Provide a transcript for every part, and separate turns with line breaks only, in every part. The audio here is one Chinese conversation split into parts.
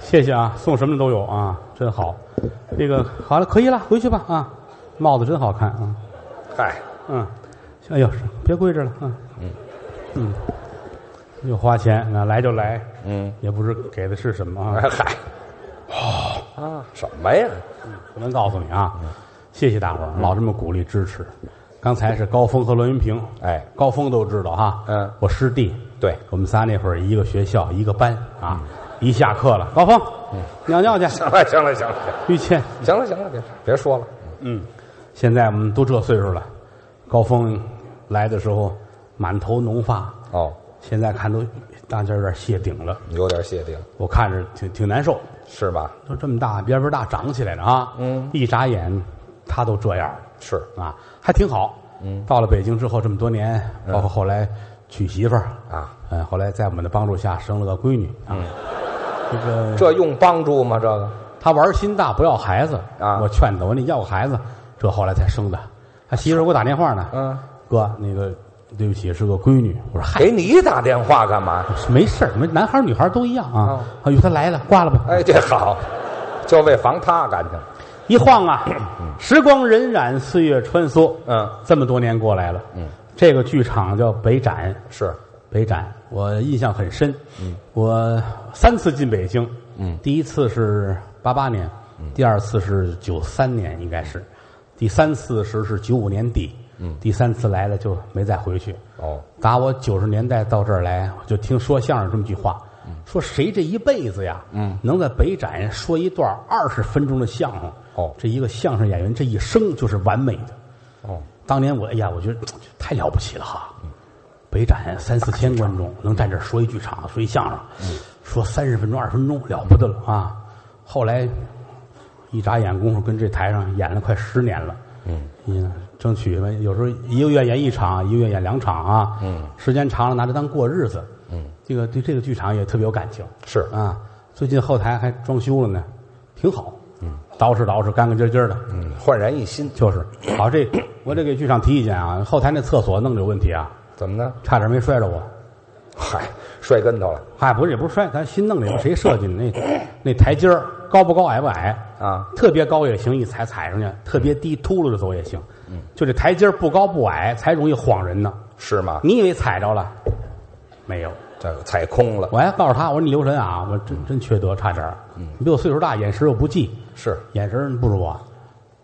谢谢啊，送什么的都有啊，真好。这个好了，可以了，回去吧啊。帽子真好看啊，
嗨，
嗯，哎呦，别跪着了啊，嗯嗯，又花钱啊，来就来，
嗯，哎
也不知给的是什么啊。
嗨，哦啊，什么呀？
我能告诉你啊，
嗯
谢谢大伙儿老这么鼓励支持。刚才是高峰和栾云平，
哎，
高峰都知道哈，
嗯
我师弟，
对，嗯
我们仨那会儿一个学校一个班啊，一下课了，高峰，尿尿去，
行了，行了，行了，
于谦，
行了，行了，别别说了，
嗯，现在我们都这岁数了，高峰来的时候满头浓发，
哦，
现在看都大家有点谢顶了，
有点谢顶，
我看着挺挺难受，
是吧？
都这么大边边大长起来了啊，嗯，一眨眼他都这样了。
是，
啊，还挺好。嗯，到了北京之后这么多年，包括后来娶媳妇儿
啊，
嗯，后来在我们的帮助下生了个闺女啊。这个
这用帮助吗？这个
他玩心大，不要孩子
啊
我劝他，我说你要个孩子，这后来才生的。他媳妇儿给我打电话呢，
嗯，哎
哥，那个对不起，是个闺女。我说嗨，
给你打电话干嘛？
没事儿，没男孩儿女孩儿都一样啊
哦。
哎呦，他来了，挂了吧。
哎，这好，就为防他感情，
一晃啊， 时光荏苒，岁月穿梭，
嗯，
这么多年过来了，嗯，这个剧场叫北展，
是
北展，我印象很深。我三次进北京。第一次是八八年，第二次是九三年，应该是，第三次时是九五年底。第三次来了就没再回去。
哦，
打我九十年代到这儿来，我就听说相声这么句话，说谁这一辈子呀，能在北展说一段二十分钟的相声，
哦
这一个相声演员这一生就是完美的。
哦，
当年我哎呀，我觉得太了不起了哈！北展三四千观众能站这儿说一剧场，说一相声，说三十分钟、二十分钟，了不得了啊！后来一眨眼功夫，跟这台上演了快十年了。嗯，争取吧，有时候一个月演一场，一个月演两场啊。嗯，时间长了拿它当过日子。嗯，这个对这个剧场也特别有感情。
是
啊，最近后台还装修了呢，挺好。嗯，捯饬捯饬，干干净净的。
嗯，焕然一新，
就是好，这我得给剧场提意见啊。后台那厕所弄着有问题啊，
怎么呢？
差点没摔着我。
嗨，摔跟头了
嗨，不是也不是摔，咱新弄的，谁设计的？那那台阶儿高不高，矮不矮？
啊？
特别高也行，一踩踩上去；特别低，秃噜着走也行。就这台阶儿不高不矮，才容易晃人呢。
是吗？
你以为踩着了？没有，
这个踩空了，
我还告诉他，我说你留神啊，我真真缺德，差点儿。你比我岁数大，眼神又不济，
是
眼神儿不如我。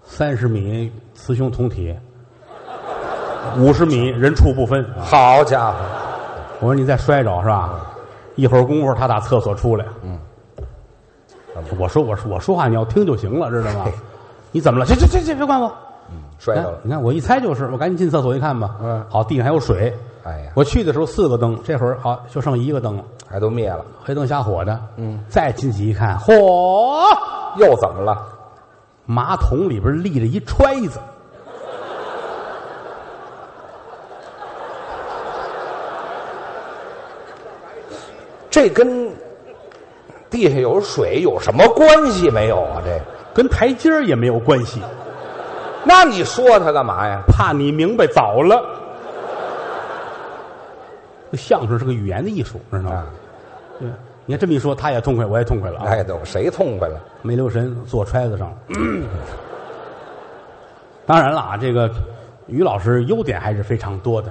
三十米雌雄同体，五十米人畜不分。啊
好家伙，
我说你再摔着是吧？一会儿功夫他打厕所出来。嗯，我说我说我说话你要听就行了，知道吗？你怎么了？去去去去，别管我！
摔
哎
着了，
你看我一猜就是，我赶紧进厕所一看吧。
嗯
好，地上还有水。
哎呀，
我去的时候四个灯，这会儿好就剩一个灯了，
还都灭了，
黑灯瞎火的。嗯，再进去一看，嚯，
又怎么了？
马桶里边立着一揣子，
这跟地下有水有什么关系没有啊？这个，
跟台阶儿也没有关系。
那你说他干嘛呀？
怕你明白早了。相声是个语言的艺术，知道吗
啊？，
对，你看这么一说，他也痛快，我也痛快了啊！
哎，都谁痛快了？
没留神坐揣子上了。 当然了啊，这个于老师优点还是非常多的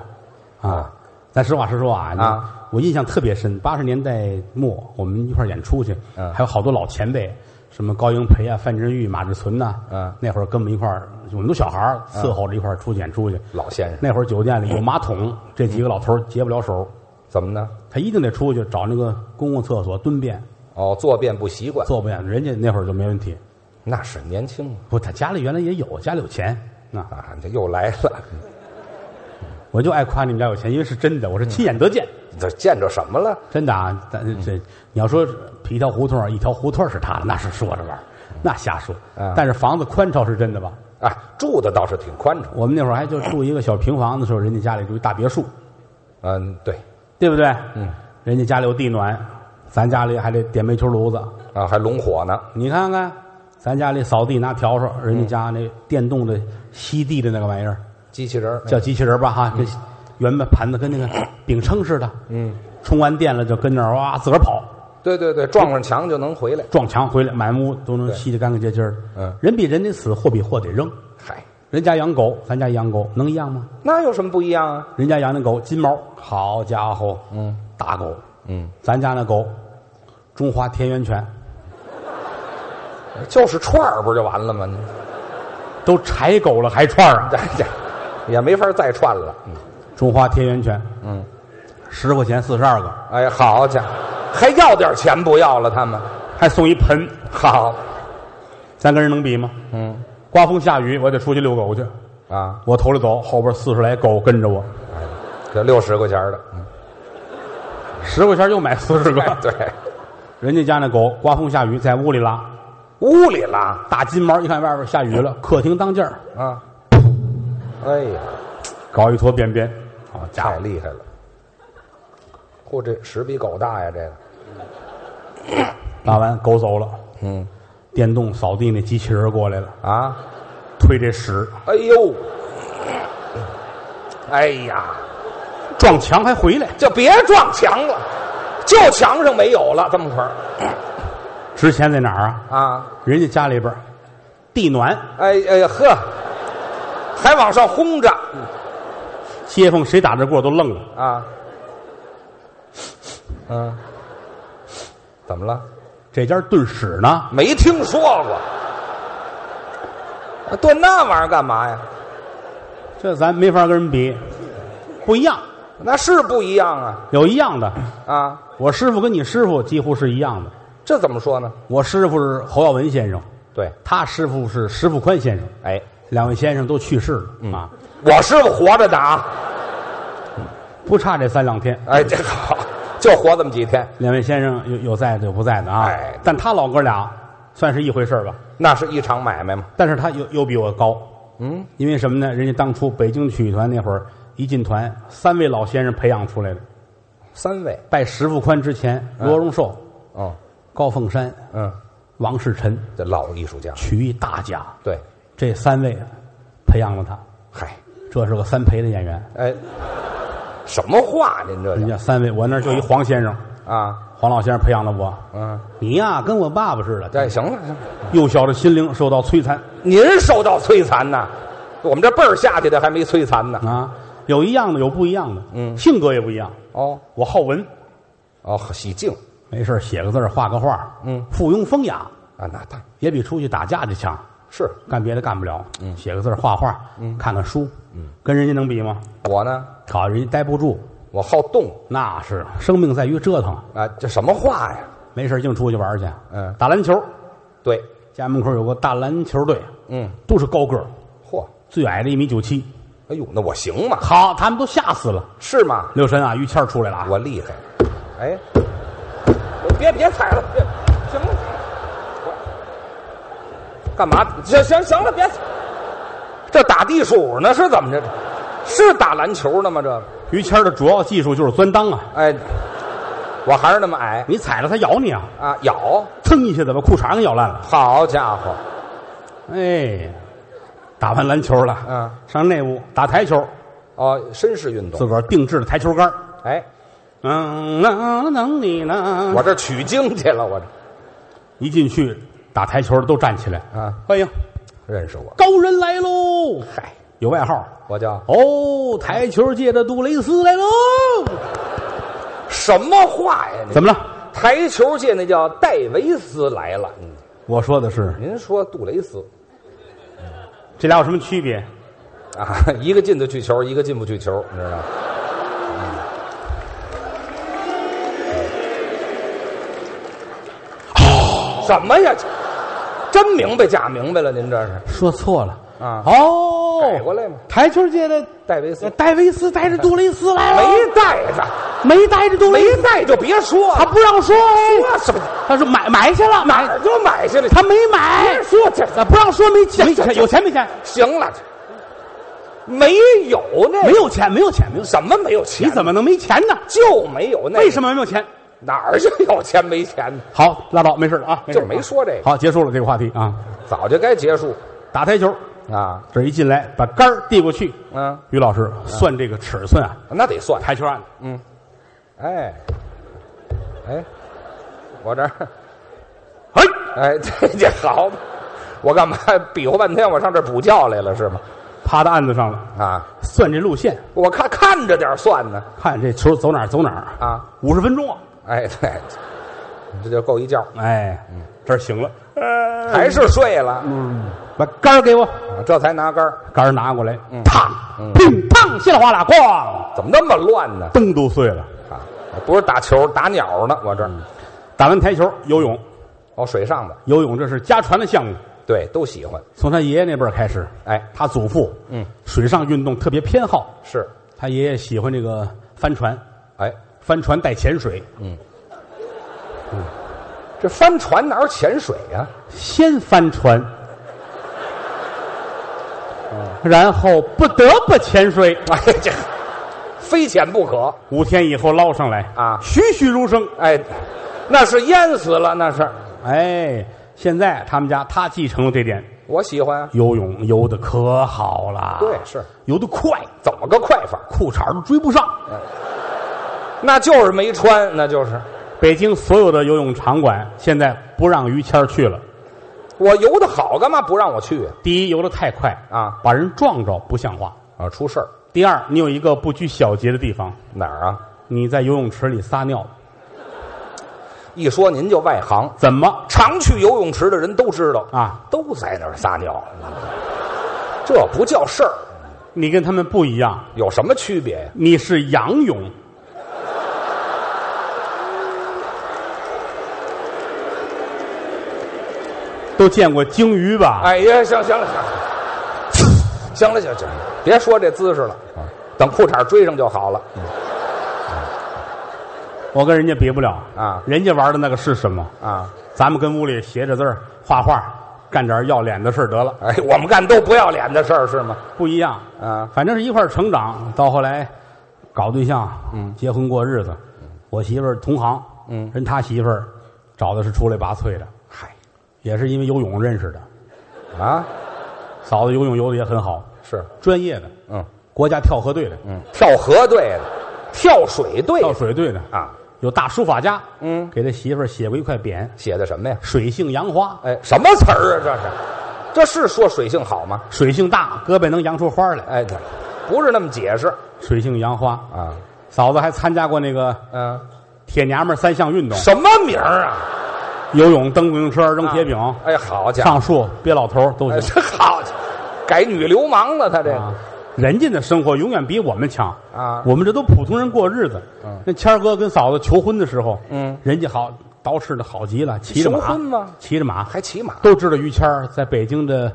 啊
啊。
咱实话实说啊，
啊
我印象特别深，八十年代末我们一块儿演出去，
嗯
还有好多老前辈，什么高英培啊、范振钰、马志存呐、
嗯
那会儿跟我们一块儿，我们都小孩儿，伺候着一块儿出去演出去。
老先生，
那会儿酒店里有马桶，这几个老头儿结不了手，
怎么呢？
他一定得出去找那个公共厕所蹲便，
哦，坐便不习惯，
坐不远，人家那会儿就没问题。
那是年轻啊
不，他家里原来也有，家里有钱啊，
啊，这又来了，
我就爱夸你们家有钱，因为是真的，我是亲眼得见，
这见着什么了？
真的啊。咱这你要说一条胡同儿，一条胡同儿是他的，那是说着玩儿，那瞎说
嗯。
但是房子宽敞是真的吧？
啊，住的倒是挺宽敞，
我们那会儿还就住一个小平房的时候，人家家里住一大别墅，
嗯，对，
对不对？嗯，人家家里有地暖，咱家里还得点煤球炉子，
啊，还拢火呢，
你看看，咱家里扫地拿笤帚，人家家那电动的吸地的那个玩意儿
机器人儿
叫机器人吧哈，这圆盘盘子跟那个饼铛似的，嗯，充完电了就跟那儿哇自个儿跑，
对对对，撞上墙就能回来。
撞墙回来，满屋都能吸得干干净净儿
嗯
人比人得死，货比货得扔。
嗨，
人家养狗，咱家养狗能一样吗？
那有什么不一样啊？
人家养的狗金毛，好家伙，嗯，大狗，
嗯，
咱家那狗，中华田园犬，
就是串儿不就完了吗？
都柴狗了还串儿啊？
这这也没法再串了。嗯
中华田园犬，嗯，十块钱四十二个，
哎，好家伙，还要点钱不要了？他们
还送一盆，
好，
咱跟人能比吗？
嗯
刮风下雨，我得出去遛狗去，
啊，
我头里走，后边四十来狗跟着我，
这六十块钱的， 嗯
十块钱又买四十
哎
个。
对，
人家家那狗刮风下雨在屋里拉，
屋里拉嗯
大金毛一看外边下雨了，客厅当间儿
啊，哎呀，
搞一坨便便，啊好家
太
伙，
厉害了！嚯，这屎比狗大呀！这个，
拉完狗走了，
嗯
电动扫地那机器人过来了，
啊，
推这屎
哎呦，哎呀，
撞墙还回来。
就别撞墙了，就墙上没有了，这么会儿
值钱在哪儿啊？
啊！
人家家里边儿地暖，
哎哎呀呵，还往上轰着
街坊谁打这过都愣了，
啊！嗯、怎么了？
这家炖屎呢，
没听说过。啊炖那玩意儿干嘛呀？
这咱没法跟人比，不一样，
那是不一样啊
有一样的。
啊！
我师傅跟你师傅几乎是一样的，
这怎么说呢？
我师傅是侯耀文先生，
对，
他师傅是石富宽先生，
哎，
两位先生都去世了啊，
我师傅活着呢啊！
不差这三两天。
哎，这好，就活这么几天，
两位先生有有在的有不在的啊
哎，
但他老哥俩算是一回事儿吧，
那是一场买卖嘛。
但是他有有比我高，
嗯，
因为什么呢？人家当初北京曲艺团那会儿一进团，三位老先生培养出来的，
三位，
拜石富宽之前，罗荣寿、
哦，
高凤山、
嗯，
王世臣，
这老艺术家，
曲艺大家，
对，
这三位培养了他，
嗨，
这是个三陪的演员。
哎，什么话您这
人
叫
家三位，我那儿就一黄先生，
啊？
黄老先生培养了我。
嗯，
你呀、跟我爸爸似的，
哎，行了，行了
幼小的心灵受到摧残
您受到摧残呐，我们这辈儿下去的还没摧残呢。
啊，有一样的，有不一样的，
嗯
性格也不一样。
哦
我好文，
哦，喜静
没事儿写个字儿画个画儿，
嗯
附庸风雅，
啊，那当
也比出去打架去强。
是
干别的干不了，
嗯
写个字儿画画，看看书，跟人家能比吗？
我呢，
好，人家待不住，
我好动
那是生命在于折腾，
啊，这什么话呀？
没事儿净出去玩儿去。
嗯
打篮球，
对，
家门口有个大篮球队，
嗯，
都是高个儿，
嚯，
最矮的一米九七。
哎呦，那我行吗？
好，他们都吓死了。
是吗？
刘晨啊，于谦儿出来了啊，
我厉害，哎，别别踩了，别行了，我干嘛？行行行了，别踩，这打地鼠呢是怎么着？是打篮球呢吗？这个
于谦儿的主要技术就是钻裆啊，
哎，我还是那么矮
你踩了他咬你啊，
啊，咬，
蹭一下子把裤衩给咬烂了。
好家伙，
哎，打完篮球了，
嗯，
上内屋打台球，
哦，绅士运
自
动，
个儿定制的台球杆儿
哎，
嗯，能能你呢？
我这取经去了，我这
一进去打台球的都站起来，
啊，
欢迎
认识我，
高人来喽！
嗨，
有外号
我叫
哦，台球界的杜蕾斯来喽！
嗯什么话呀？你
怎么了？
台球界那叫戴维斯来了，嗯
我说的是
您说杜蕾斯
这俩有什么区别？
啊， 一个进得去球，一个进不去球，你知道吗？嗯哦，什么呀？真明白假明白了，您这是
说错了
啊
哦，
改过来嘛
台球界的呃
戴维斯
戴维斯带着杜蕾斯来了，
没带着，
没没带着杜蕾
没
斯，
带就别说
他
了，
不让说哎，
说什么
他说买买去了，
哪
买
儿就买下来？
他没买，
别说这
啊不让说没钱，没钱有钱没钱？
行了，没有那
哎没有钱，没有钱，没哎有钱。
什么没有钱，
你怎么能没钱呢？
就没有那？
为什么没有钱？
哪儿就有钱没钱呢？
好，拉倒，没事了啊，事
就没说这个
好，结束了这个话题啊。
早就该结束
打台球，
啊，
这一进来把杆儿递过去，
嗯，
于老师算这个尺寸啊，
那得算。
台球案
哎，哎，我这儿，嘿，哎， 这这好嘛，我干嘛比划半天？我上这儿补觉来了是吗？
趴到案子上了，
啊，
算这路线，
我看看着点儿算呢。
看这球走哪儿走哪儿
啊，
五十分钟啊，
哎，对，这就够一觉，
哎，这儿醒了，呃
还是睡了，
把杆儿给我，
啊这才拿杆儿
杆儿拿过来，嘡，乒乓，稀里哗啦，咣，
怎么那么乱呢？
嗯灯都碎了。
啊，不是打球打鸟呢，我这儿
打完台球，游泳，
哦，水上的，
游泳这是家传的项目，
对，都喜欢。
从他爷爷那辈儿开始，
哎，
他祖父
嗯
水上运动特别偏好，
是，
他爷爷喜欢这个帆船，
哎，
帆船带潜水，
这帆船哪有潜水呀、
先帆船，然后不得不潜水，
哎，这非潜不可。
五天以后捞上来
啊
栩栩如生。
哎，那是淹死了，那是。
哎，现在他们家他继承了这点，
我喜欢啊，
游泳游的可好了，
对，是
游得快，
怎么个快法？
裤衩儿都追不上。
那就是没穿，那就是
北京所有的游泳场馆现在不让于谦儿去了。
我游的好，干嘛不让我去啊？
第一，游得太快
啊，
把人撞着不像话；
啊，出事儿
第二，你有一个不拘小节的地方，
哪儿啊？
你在游泳池里撒尿，
一说您就外行，
怎么
常去游泳池的人都知道，
啊？
都在那儿撒尿，这不叫事儿，
你跟他们不一样，
有什么区别呀？
你是仰泳，都见过鲸鱼吧？
哎呀，行行了，行了，行了，行了，别说这姿势了，啊等裤衩追上就好了。
我跟人家比不了
啊
人家玩的那个是什么？
啊，
咱们跟屋里写着字儿、画画，干点要脸的事儿得了，
哎，我们干都不要脸的事儿是吗？
不一样。
啊，
反正是一块儿成长，到后来哎搞对象，嗯，结婚过日子。我媳妇儿同行，
嗯
人他媳妇儿找的是出类拔萃的，
嗨，
也是因为游泳认识的。
啊，
嫂子游泳游的也很好，
是，
专业的，
嗯
国家跳河队的，
嗯，跳河队的，跳水队
跳
的
水队的，
啊，
有大书法家，
嗯
给他媳妇儿写过一块匾
写的什么呀？
“水性杨花
哎，什么词儿啊？这是，这是说水性好吗”，？
水性大，胳膊能扬出花来，
哎，对，不是那么解释
水性杨花。
啊，
嫂子还参加过那个
嗯、
铁娘们儿三项运动：
什么名儿啊？
游泳、蹬自行车、扔铁饼、
哎，好家伙，
上树、憋老头儿都
哎，
行。
这好家伙，改女流氓了，他这
啊，人家的生活永远比我们强
哎啊
我们这都普通人过日子。
嗯
那谦儿哥跟嫂子求婚的时候，
嗯，
人家好捯饬的好极了，骑着马，
求婚吗
骑着马，
还骑马
都知道于谦儿在北京的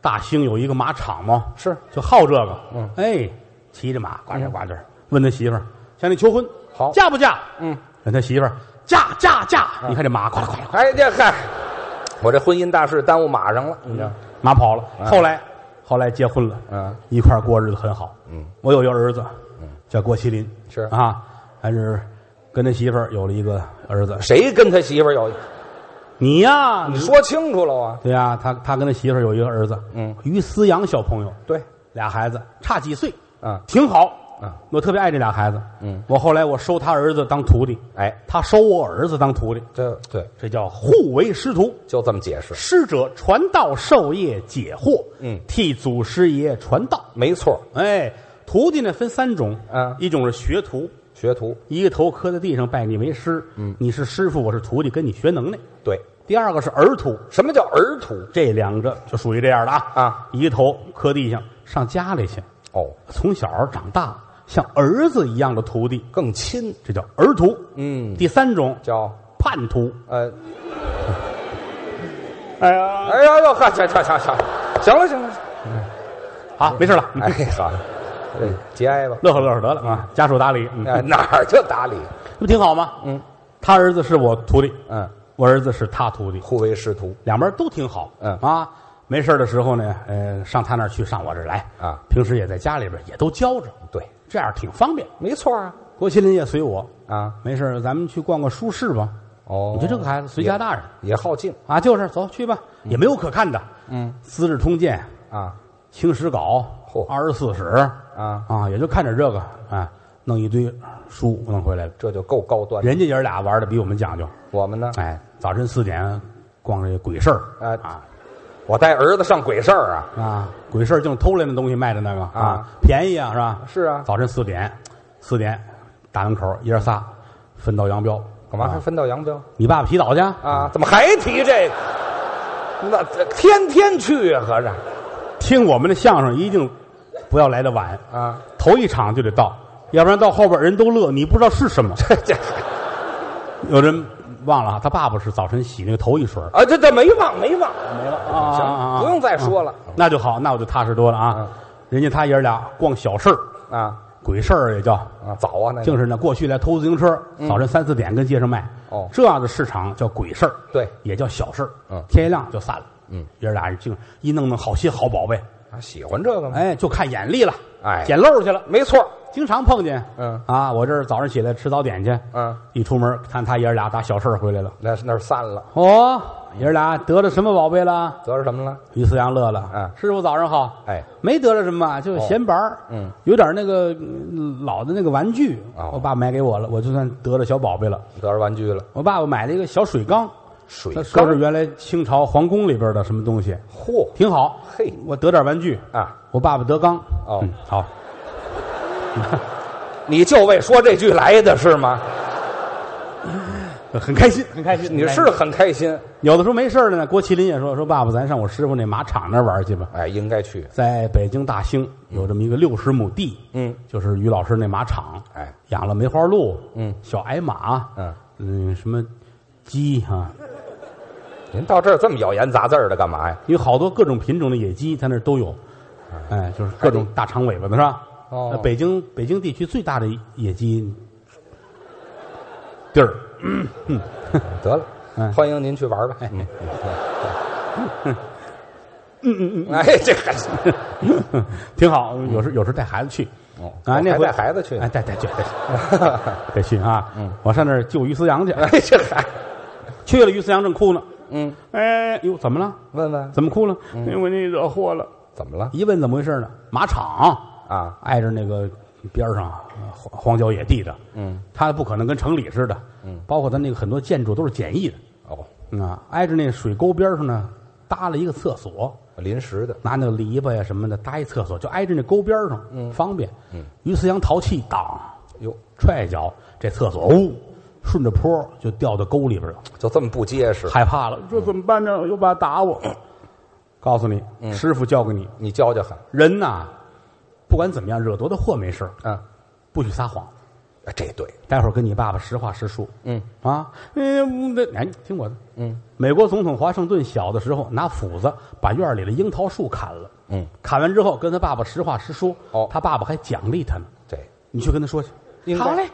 大兴有一个马场嘛，
是
就好这个。
嗯，
哎，骑着马呱唧呱唧，问他媳妇儿向你求婚，
好
嫁不嫁？
嗯，
问他媳妇儿嫁嫁嫁，你看这马呱啦呱啦，
哎，这嗨，我这婚姻大事耽误马上了，你知道？
马跑了。后来后来结婚了，
嗯，
一块儿过日子很好。
嗯，
我有一个儿子，叫郭麒麟，
是
啊，还是跟他媳妇儿有了一个儿子。
谁跟他媳妇儿有？
你呀，
你说清楚了啊！
对呀，他他跟他媳妇儿有一个儿子，
嗯，
于思阳小朋友，
对，
俩孩子差几岁，
嗯
挺好。
嗯，
我特别爱这俩孩子。
嗯，
我后来我收他儿子当徒弟，
哎，
他收我儿子当徒弟，
这对，
这叫互为师徒。
就这么解释，
师者，传道授业解惑，
嗯
替祖师爷传道。
没错。
哎，徒弟呢分三种，
嗯
一种是学徒，
学徒，
一个头磕在地上拜你为师，嗯，你是师傅，我是徒弟，跟你学能耐。
对，
第二个是儿徒，
什么叫儿徒？
这两个就属于这样的啊
啊，
一个头磕地上上家里去，
哦，
从小长大像儿子一样的徒弟，
更亲，
这叫儿徒。
嗯，
第三种叫
叫
叛徒，
呃，
哎呀，
哎呀呦呵，行行行行，行了行了，
好，没事了，
哎好，哎节哀吧，
乐呵乐呵得了啊，家属打理，嗯，
哎哪儿就打理，
这不挺好吗？
嗯，
他儿子是我徒弟，
嗯，
我儿子是他徒弟，
互为师徒，
两边都挺好。
嗯
啊，没事儿的时候呢，呃，上他那儿去，上我这儿来
啊。
平时也在家里边也都教着，
对，
这样挺方便。
没错啊，
郭麒麟也随我，
啊，
没事儿咱们去逛逛书市吧。
哦，
你说这个孩子随家大人
也好静
啊，就是走去吧，也没有可看的。嗯，《资治通鉴》《
啊
清史稿》
嚯
二十四史》
啊，
啊，也就看点这个啊。弄一堆书弄回来了。
这就够高端的。
人家爷儿俩玩的比我们讲究，
我们呢？
哎，早晨四点逛这鬼市儿
啊
啊
我带儿子上鬼市儿啊！
啊，鬼市儿净偷来的东西卖的那个
啊，
便宜啊，是吧？
是啊，
早晨四点，四点大门口爷儿仨分道扬镳，
干嘛还
啊
分道扬镳
你爸爸洗澡去
啊？怎么还提这个？那这天天去啊，合着
听我们的相声一定不要来的晚，
啊，
头一场就得到，要不然到后边人都乐，你不知道是什么。
这这
有人忘了啊，他爸爸是早晨洗那个头一水儿
啊，这这没忘没忘，
没了啊
行不用再说了
那就好，那我就踏实多了啊
嗯。
人家他爷儿俩逛小事儿，
啊
鬼事儿也叫，
啊，早啊，那
净是呢。过去来偷自行车，早晨三四点跟街上卖。
嗯哦
这样的市场叫鬼事儿，
对
也叫小事儿。
嗯
天一亮就散了。
嗯，
爷儿俩净一弄弄好些好宝贝，
啊，喜欢这个吗？
哎，就看眼力了，
哎
捡漏去了，
没错儿，
经常碰见。
嗯
啊，我这儿早上起来吃早点去，
嗯，
一出门看他爷儿俩打小事儿回来了。
那是那是散了，
哦，爷儿俩得了什么宝贝了？
得着什么了？
于四阳乐了，
嗯
师傅早上好。
哎，
没得了什么啊，就是
哦
闲玩儿，
嗯，
有点那个嗯老的那个玩具，
哦
我爸买给我了，我就算得了小宝贝了。
得着玩具了，
我爸爸买了一个小水缸，
水
他说
缸
是原来清朝皇宫里边的什么东西，
嚯
挺好。
嘿
我得点玩具，
啊！
我爸爸得缸。
哦
嗯好，
你就为说这句来的是吗？
很开心，很开心。
你
很开心
是很开心，
有的时候没事儿了呢，郭麒麟也说说爸爸，咱上我师傅那马场那儿玩儿去吧。
哎，应该去，
在北京大兴有这么一个六十亩地，
嗯，
就是于老师那马场，
哎，
养了梅花鹿，
嗯
小矮马，
嗯
嗯，什么鸡啊，
您到这儿这么咬言杂字儿的干嘛呀？
有好多各种品种的野鸡，在那儿都有，哎，就是各种大长尾巴的是吧？
哦
那北京北京地区最大的野鸡地儿，
得了，
嗯
欢迎您去玩吧。
哎
嗯，嗯嗯，哎，这还是
挺好。有时有时带孩子去，
嗯哦哎
啊，
还
那回
带孩子去呢
哎，带带去带去得去啊！嗯，我上那儿救于思阳去，
哎，这还
去了于思阳正哭呢，
嗯，
哎呦，怎么了？
问问
怎么哭了？因为你惹祸了。
怎么了
嗯一问怎么回事呢？马场
啊？
挨着那个边儿上呃荒荒郊野地的，
嗯，
它不可能跟城里似的，嗯，包括它那个很多建筑都是简易的，
哦，
嗯啊，挨着那水沟边上呢搭了一个厕所，
临时的，
拿那个篱笆呀什么的搭一厕所，就挨着那沟边上，嗯，方便。嗯，于四阳淘气，当
哟，
踹一脚，这厕所呜顺着坡就掉到沟里边了，
就这么不结实，
害怕了，这怎么办呢？又爸打我。嗯告诉你，师傅教给你，
你教教喊，
人呐，不管怎么样，惹多大祸没事儿
嗯，
不许撒谎。
哎这对，
待会儿跟你爸爸实话实说。
嗯
啊，嗯，那哎，听我的。
嗯，
美国总统华盛顿小的时候拿斧子把院里的樱桃树砍了。
嗯，
砍完之后跟他爸爸实话实说。
哦
他爸爸还奖励他呢。
这
你去跟他说去。
应该
好嘞。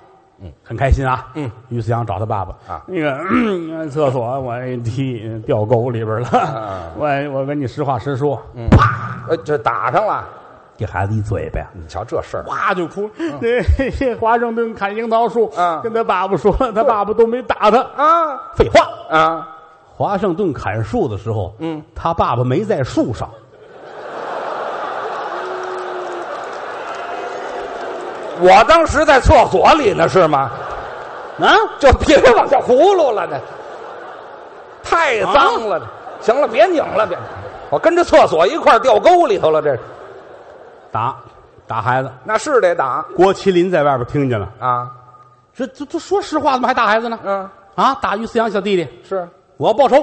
嗯，很开心啊。
嗯，
于思阳找他爸爸
啊
那个咳厕 所我踢掉沟里边了
啊，
我我跟你实话实说，
呃，这打上了，
给孩子一嘴巴呀。
你瞧这事儿，
哇就哭。 那华盛顿砍樱桃树，
啊
跟他爸爸说，他爸爸都没打他。
啊
废话，
啊，
华盛顿砍树的时候，
嗯，
他爸爸没在树上。
我当时在厕所里呢，是吗？
啊，
就别往下葫芦了，这太脏了。这行了，别拧了，别，我跟着厕所一块儿掉沟里头了，这
打，打孩子。
那是得打
郭麒麟在外边听见了，
啊，
这这这说实话，怎么还打孩子呢？
嗯，
啊，打于思阳小弟啊弟，
是，
我要报仇。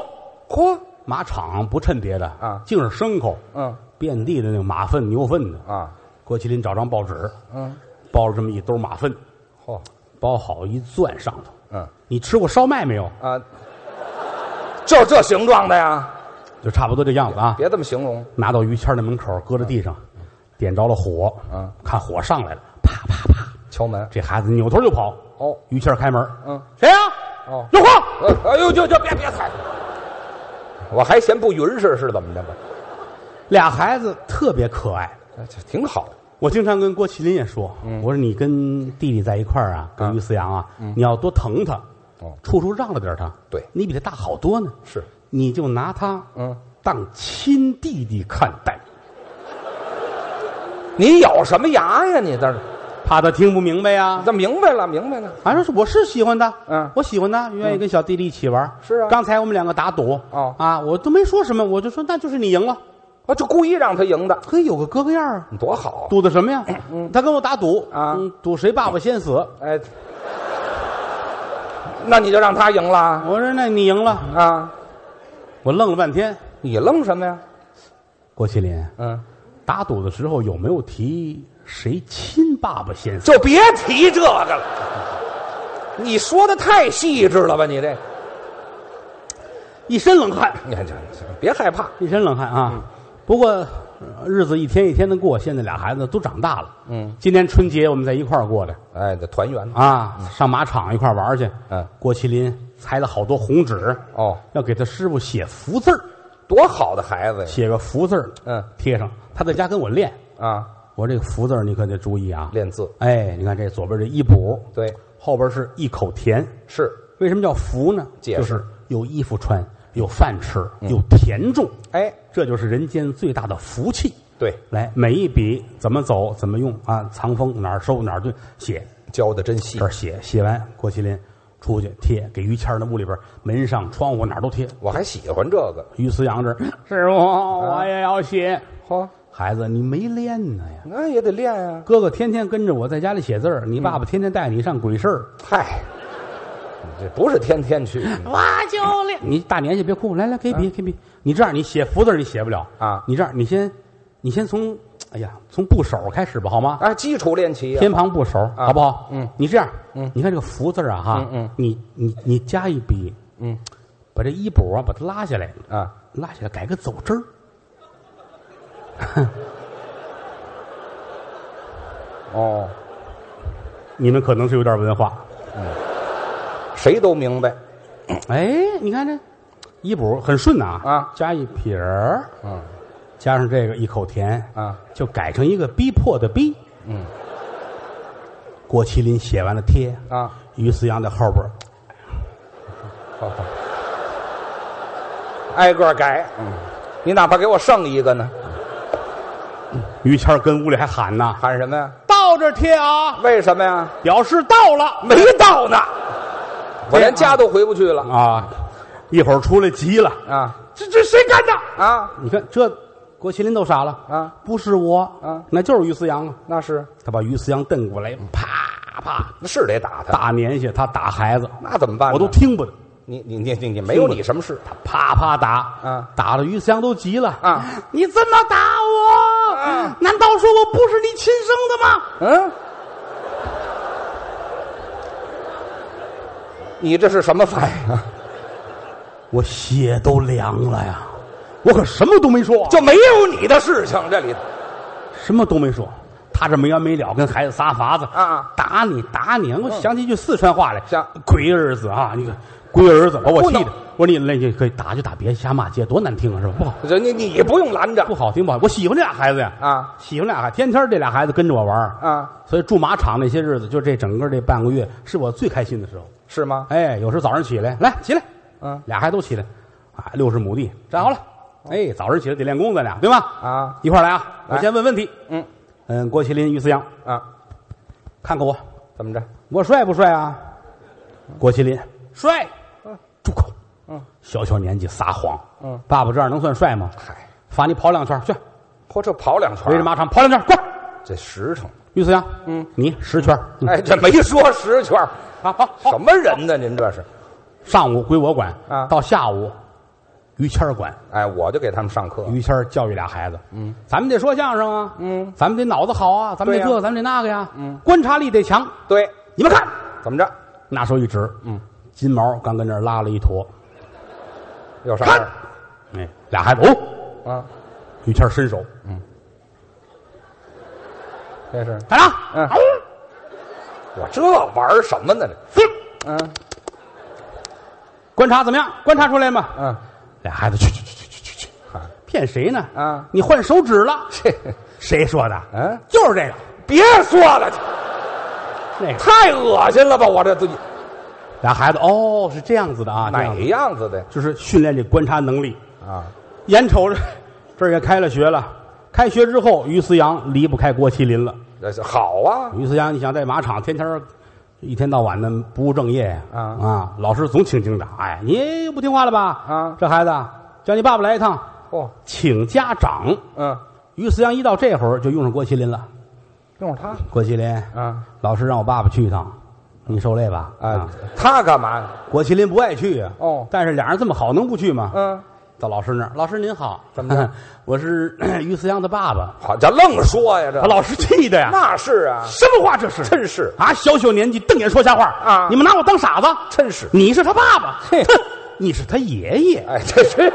嚯，
马场不趁别的
啊
净是牲口，
嗯
遍地的那个马粪、牛粪的。
啊，
郭麒麟找张报纸，
嗯，
包了这么一兜马粪，
嚯，
包好一攥上头。
嗯
你吃过烧麦没有？
啊，就这形状的呀，
就差不多这样子啊。
别这么形容，
拿到于谦儿那门口，搁在地上，点着了火，
嗯，
看火上来了，啪啪啪，
敲门，
这孩子扭头就跑。
哦
于谦儿开门，
嗯，
谁呀、
哦
有话，
呃哎呦，就就别别踩，我还嫌不匀实是怎么着吧？
俩孩子特别可爱。
哎这挺好，
我经常跟郭麒麟也说，
嗯
我说你跟弟弟在一块儿啊，跟于思阳啊，你要多疼他，
哦
处处让着点他。
嗯对
你比他大好多呢，
是，
你就拿他
嗯，
当亲弟弟看待。
你咬什么牙呀？你在这儿
怕他听不明白啊呀。
这明白了，明白了。
反正是我是喜欢他，
嗯
我喜欢他，愿意跟小弟弟一起玩。
是啊
刚才我们两个打赌，
哦
啊，我都没说什么，我就说那就是你赢了，
啊，就故意让他赢的，嗯
可以有个哥哥样儿啊。
多好！
赌的什么呀？他跟我打赌
嗯啊
嗯赌谁爸爸先死。
哎，那你就让他赢了
我说那你赢了，
啊？
我愣了半天。
你愣什么呀？
郭麒麟，
嗯，
打赌的时候有没有提谁亲爸爸先死？
就别提这个了。你说的太细致了吧？你这，
一身冷汗，
你看这，别害怕。
一身冷汗
嗯
啊！不过呃日子一天一天的过，现在俩孩子都长大了。
嗯，
今年春节我们在一块儿过的
哎，这团圆
啊，上马场一块儿玩儿去。
嗯，
郭麒麟裁了好多红纸，
哦，
要给他师傅写福字儿，
多好的孩子呀！
写个福字儿，
嗯
贴上。他在家跟我练，
啊，
我这个福字儿你可得注意啊。
练字
哎，你看这左边这一补，
对
后边是一口甜。
是。
为什么叫福呢？
解
就
释嗯
是有衣服穿，有饭吃，有田种，
哎，
这就是人间最大的福气。
对，
来，每一笔怎么走，怎么用啊？藏锋哪儿收哪儿对，写
教的真细
这。儿写，写完郭麒麟出去贴给于谦儿那屋里边门上、窗户哪儿都贴。
我还喜欢这个。
于思阳这儿师傅，
啊
我也要写。
嚯，
孩子，你没练呢呀？
那也得练啊。
哥哥天天跟着我在家里写字儿，你爸
嗯
爸天天带你上鬼市儿。
嗨，啊这不是天天去。
我就练。你大年纪别哭，来来给笔给笔。你这样你写福字儿你写不了
嗯啊
你这样你先，你先从，哎呀，从部首开始吧，好吗？
啊，基础练习呀、
偏旁部首，好不好？
嗯，
你这样，嗯，你看这个福字儿啊，哈
嗯，嗯
你你你加一笔，
嗯，
把这衣补啊，把它拉下来，
啊，
拉下来改个走之儿，
哦，
你们可能是有点文化。
谁都明白。
哎，你看这衣补很顺呐，
啊
加一撇儿，
嗯
加上这个一口甜，
啊，
就改成一个逼迫的逼。
嗯
郭麒麟写完了贴，
啊，
于思阳在后边儿
好好，挨个改。嗯，你哪怕给我剩一个呢，
于谦儿跟屋里还喊呢
喊什么呀？：“
到这儿贴啊，
为什么呀？
表示到了
没到呢，我连家都回不去了
啊！”一会儿出来急了，
啊
这这谁干的？
啊！
你看这郭麒麟都傻了
啊！
不是我
啊，
那就是于思阳啊！
那是
他把于思阳瞪过来，啪啪
那是得打他，
大年下他打孩子，
那怎么办呢？
我都听不得，
你你你你你没有你什么事
他啪啪打
啊，
打的于思阳都急了
啊！
你这么打我，
啊
难道说我不是你亲生的吗？
嗯，你这是什么反应？啊
我血都凉了呀！我可什么都没说啊，
就没有你的事情这里头
什么都没说。他这没完没了跟孩子撒法子
啊，嗯
打你打你！我想起一句四川话来，
像
龟儿子啊，你个龟儿子，把我
不
气
能
的。我说你那你可以打就打，别瞎骂街，多难听啊，是吧？不好，
人家你不用拦着
不好听不好。我喜欢这俩孩子呀，
啊
喜欢俩孩子，天天这俩孩子跟着我玩儿。
啊，
所以驻马场那些日子，就这整个这半个月，是我最开心的时候。
是吗？
哎，有时候早上起来，来起来，
嗯
俩孩子都起来，啊，六十亩地站好了。哎，早上起来得练功，咱俩对吧？
啊，
一块儿来啊！我
来
先问问题。
嗯
嗯，郭麒麟、于思阳，
啊，
看看我，
怎么着？
我帅不帅啊？郭麒麟帅，住口！
嗯，
小小年纪撒谎。
嗯，
爸爸这样能算帅吗？
嗨，
罚你跑两圈去，
嚯，这跑两圈，
围着？马场跑两圈，滚！
这实诚，
于思阳，
嗯，
你十圈。嗯，
哎，这没说十圈，
好好好
什。么人呢？您这是？
上午归我管，
啊
到下午于谦儿管。
哎，我就给他们上课，
于谦儿教育俩孩子，嗯，咱们得说相声啊，
嗯，
咱们得脑子好啊，咱们得
对呀
这，咱们得那个呀，嗯，观察力得强。
对，
你们看，
怎么着？
拿手一指，嗯，金毛刚跟那儿拉了一坨，
有啥
看
事儿？
哎，俩孩子哦，
啊？
于谦儿伸手，
这是
干啥？
嗯
嗷
我这玩儿什么呢？这
滋
嗯
观察怎么样？观察出来吗？
嗯，
俩孩子去去去去去去，
啊
骗谁呢？
啊
你换手指了？
这
谁说的？
嗯，
就是这个，
别说了。
那个
太恶心了吧！我这都
俩孩子哦，是这样子的啊，这
哪
样子
样子的
就是训练这观察能力。
啊？
眼瞅着这儿也开了学了，开开学之后，于思阳离不开郭麒麟了。
那是好啊，
于思阳，你想在马场天天儿一天到晚的不务正业呀
啊
啊，老师总请警长，哎，你不听话了吧？
啊
这孩子叫你爸爸来一趟，
哦，
请家长。
嗯，
于思阳一到这会儿就用上郭麒麟了。
用他
郭麒麟，
啊
老师让我爸爸去一趟，你受累吧？
啊，他干嘛呀？
郭麒麟不爱去啊。
哦
但是俩人这么好，能不去吗？
嗯，
到老师那儿，老师您好，
怎么着？
我是 于思阳的爸爸。
好，这愣说呀，这
把啊老师气的呀，
那是啊，
什么话这是？
真是
啊，小小年纪瞪眼说瞎话
啊
你们拿我当傻子？
真是
你是他爸爸，
嘿
哼，你是他爷爷。
哎，这是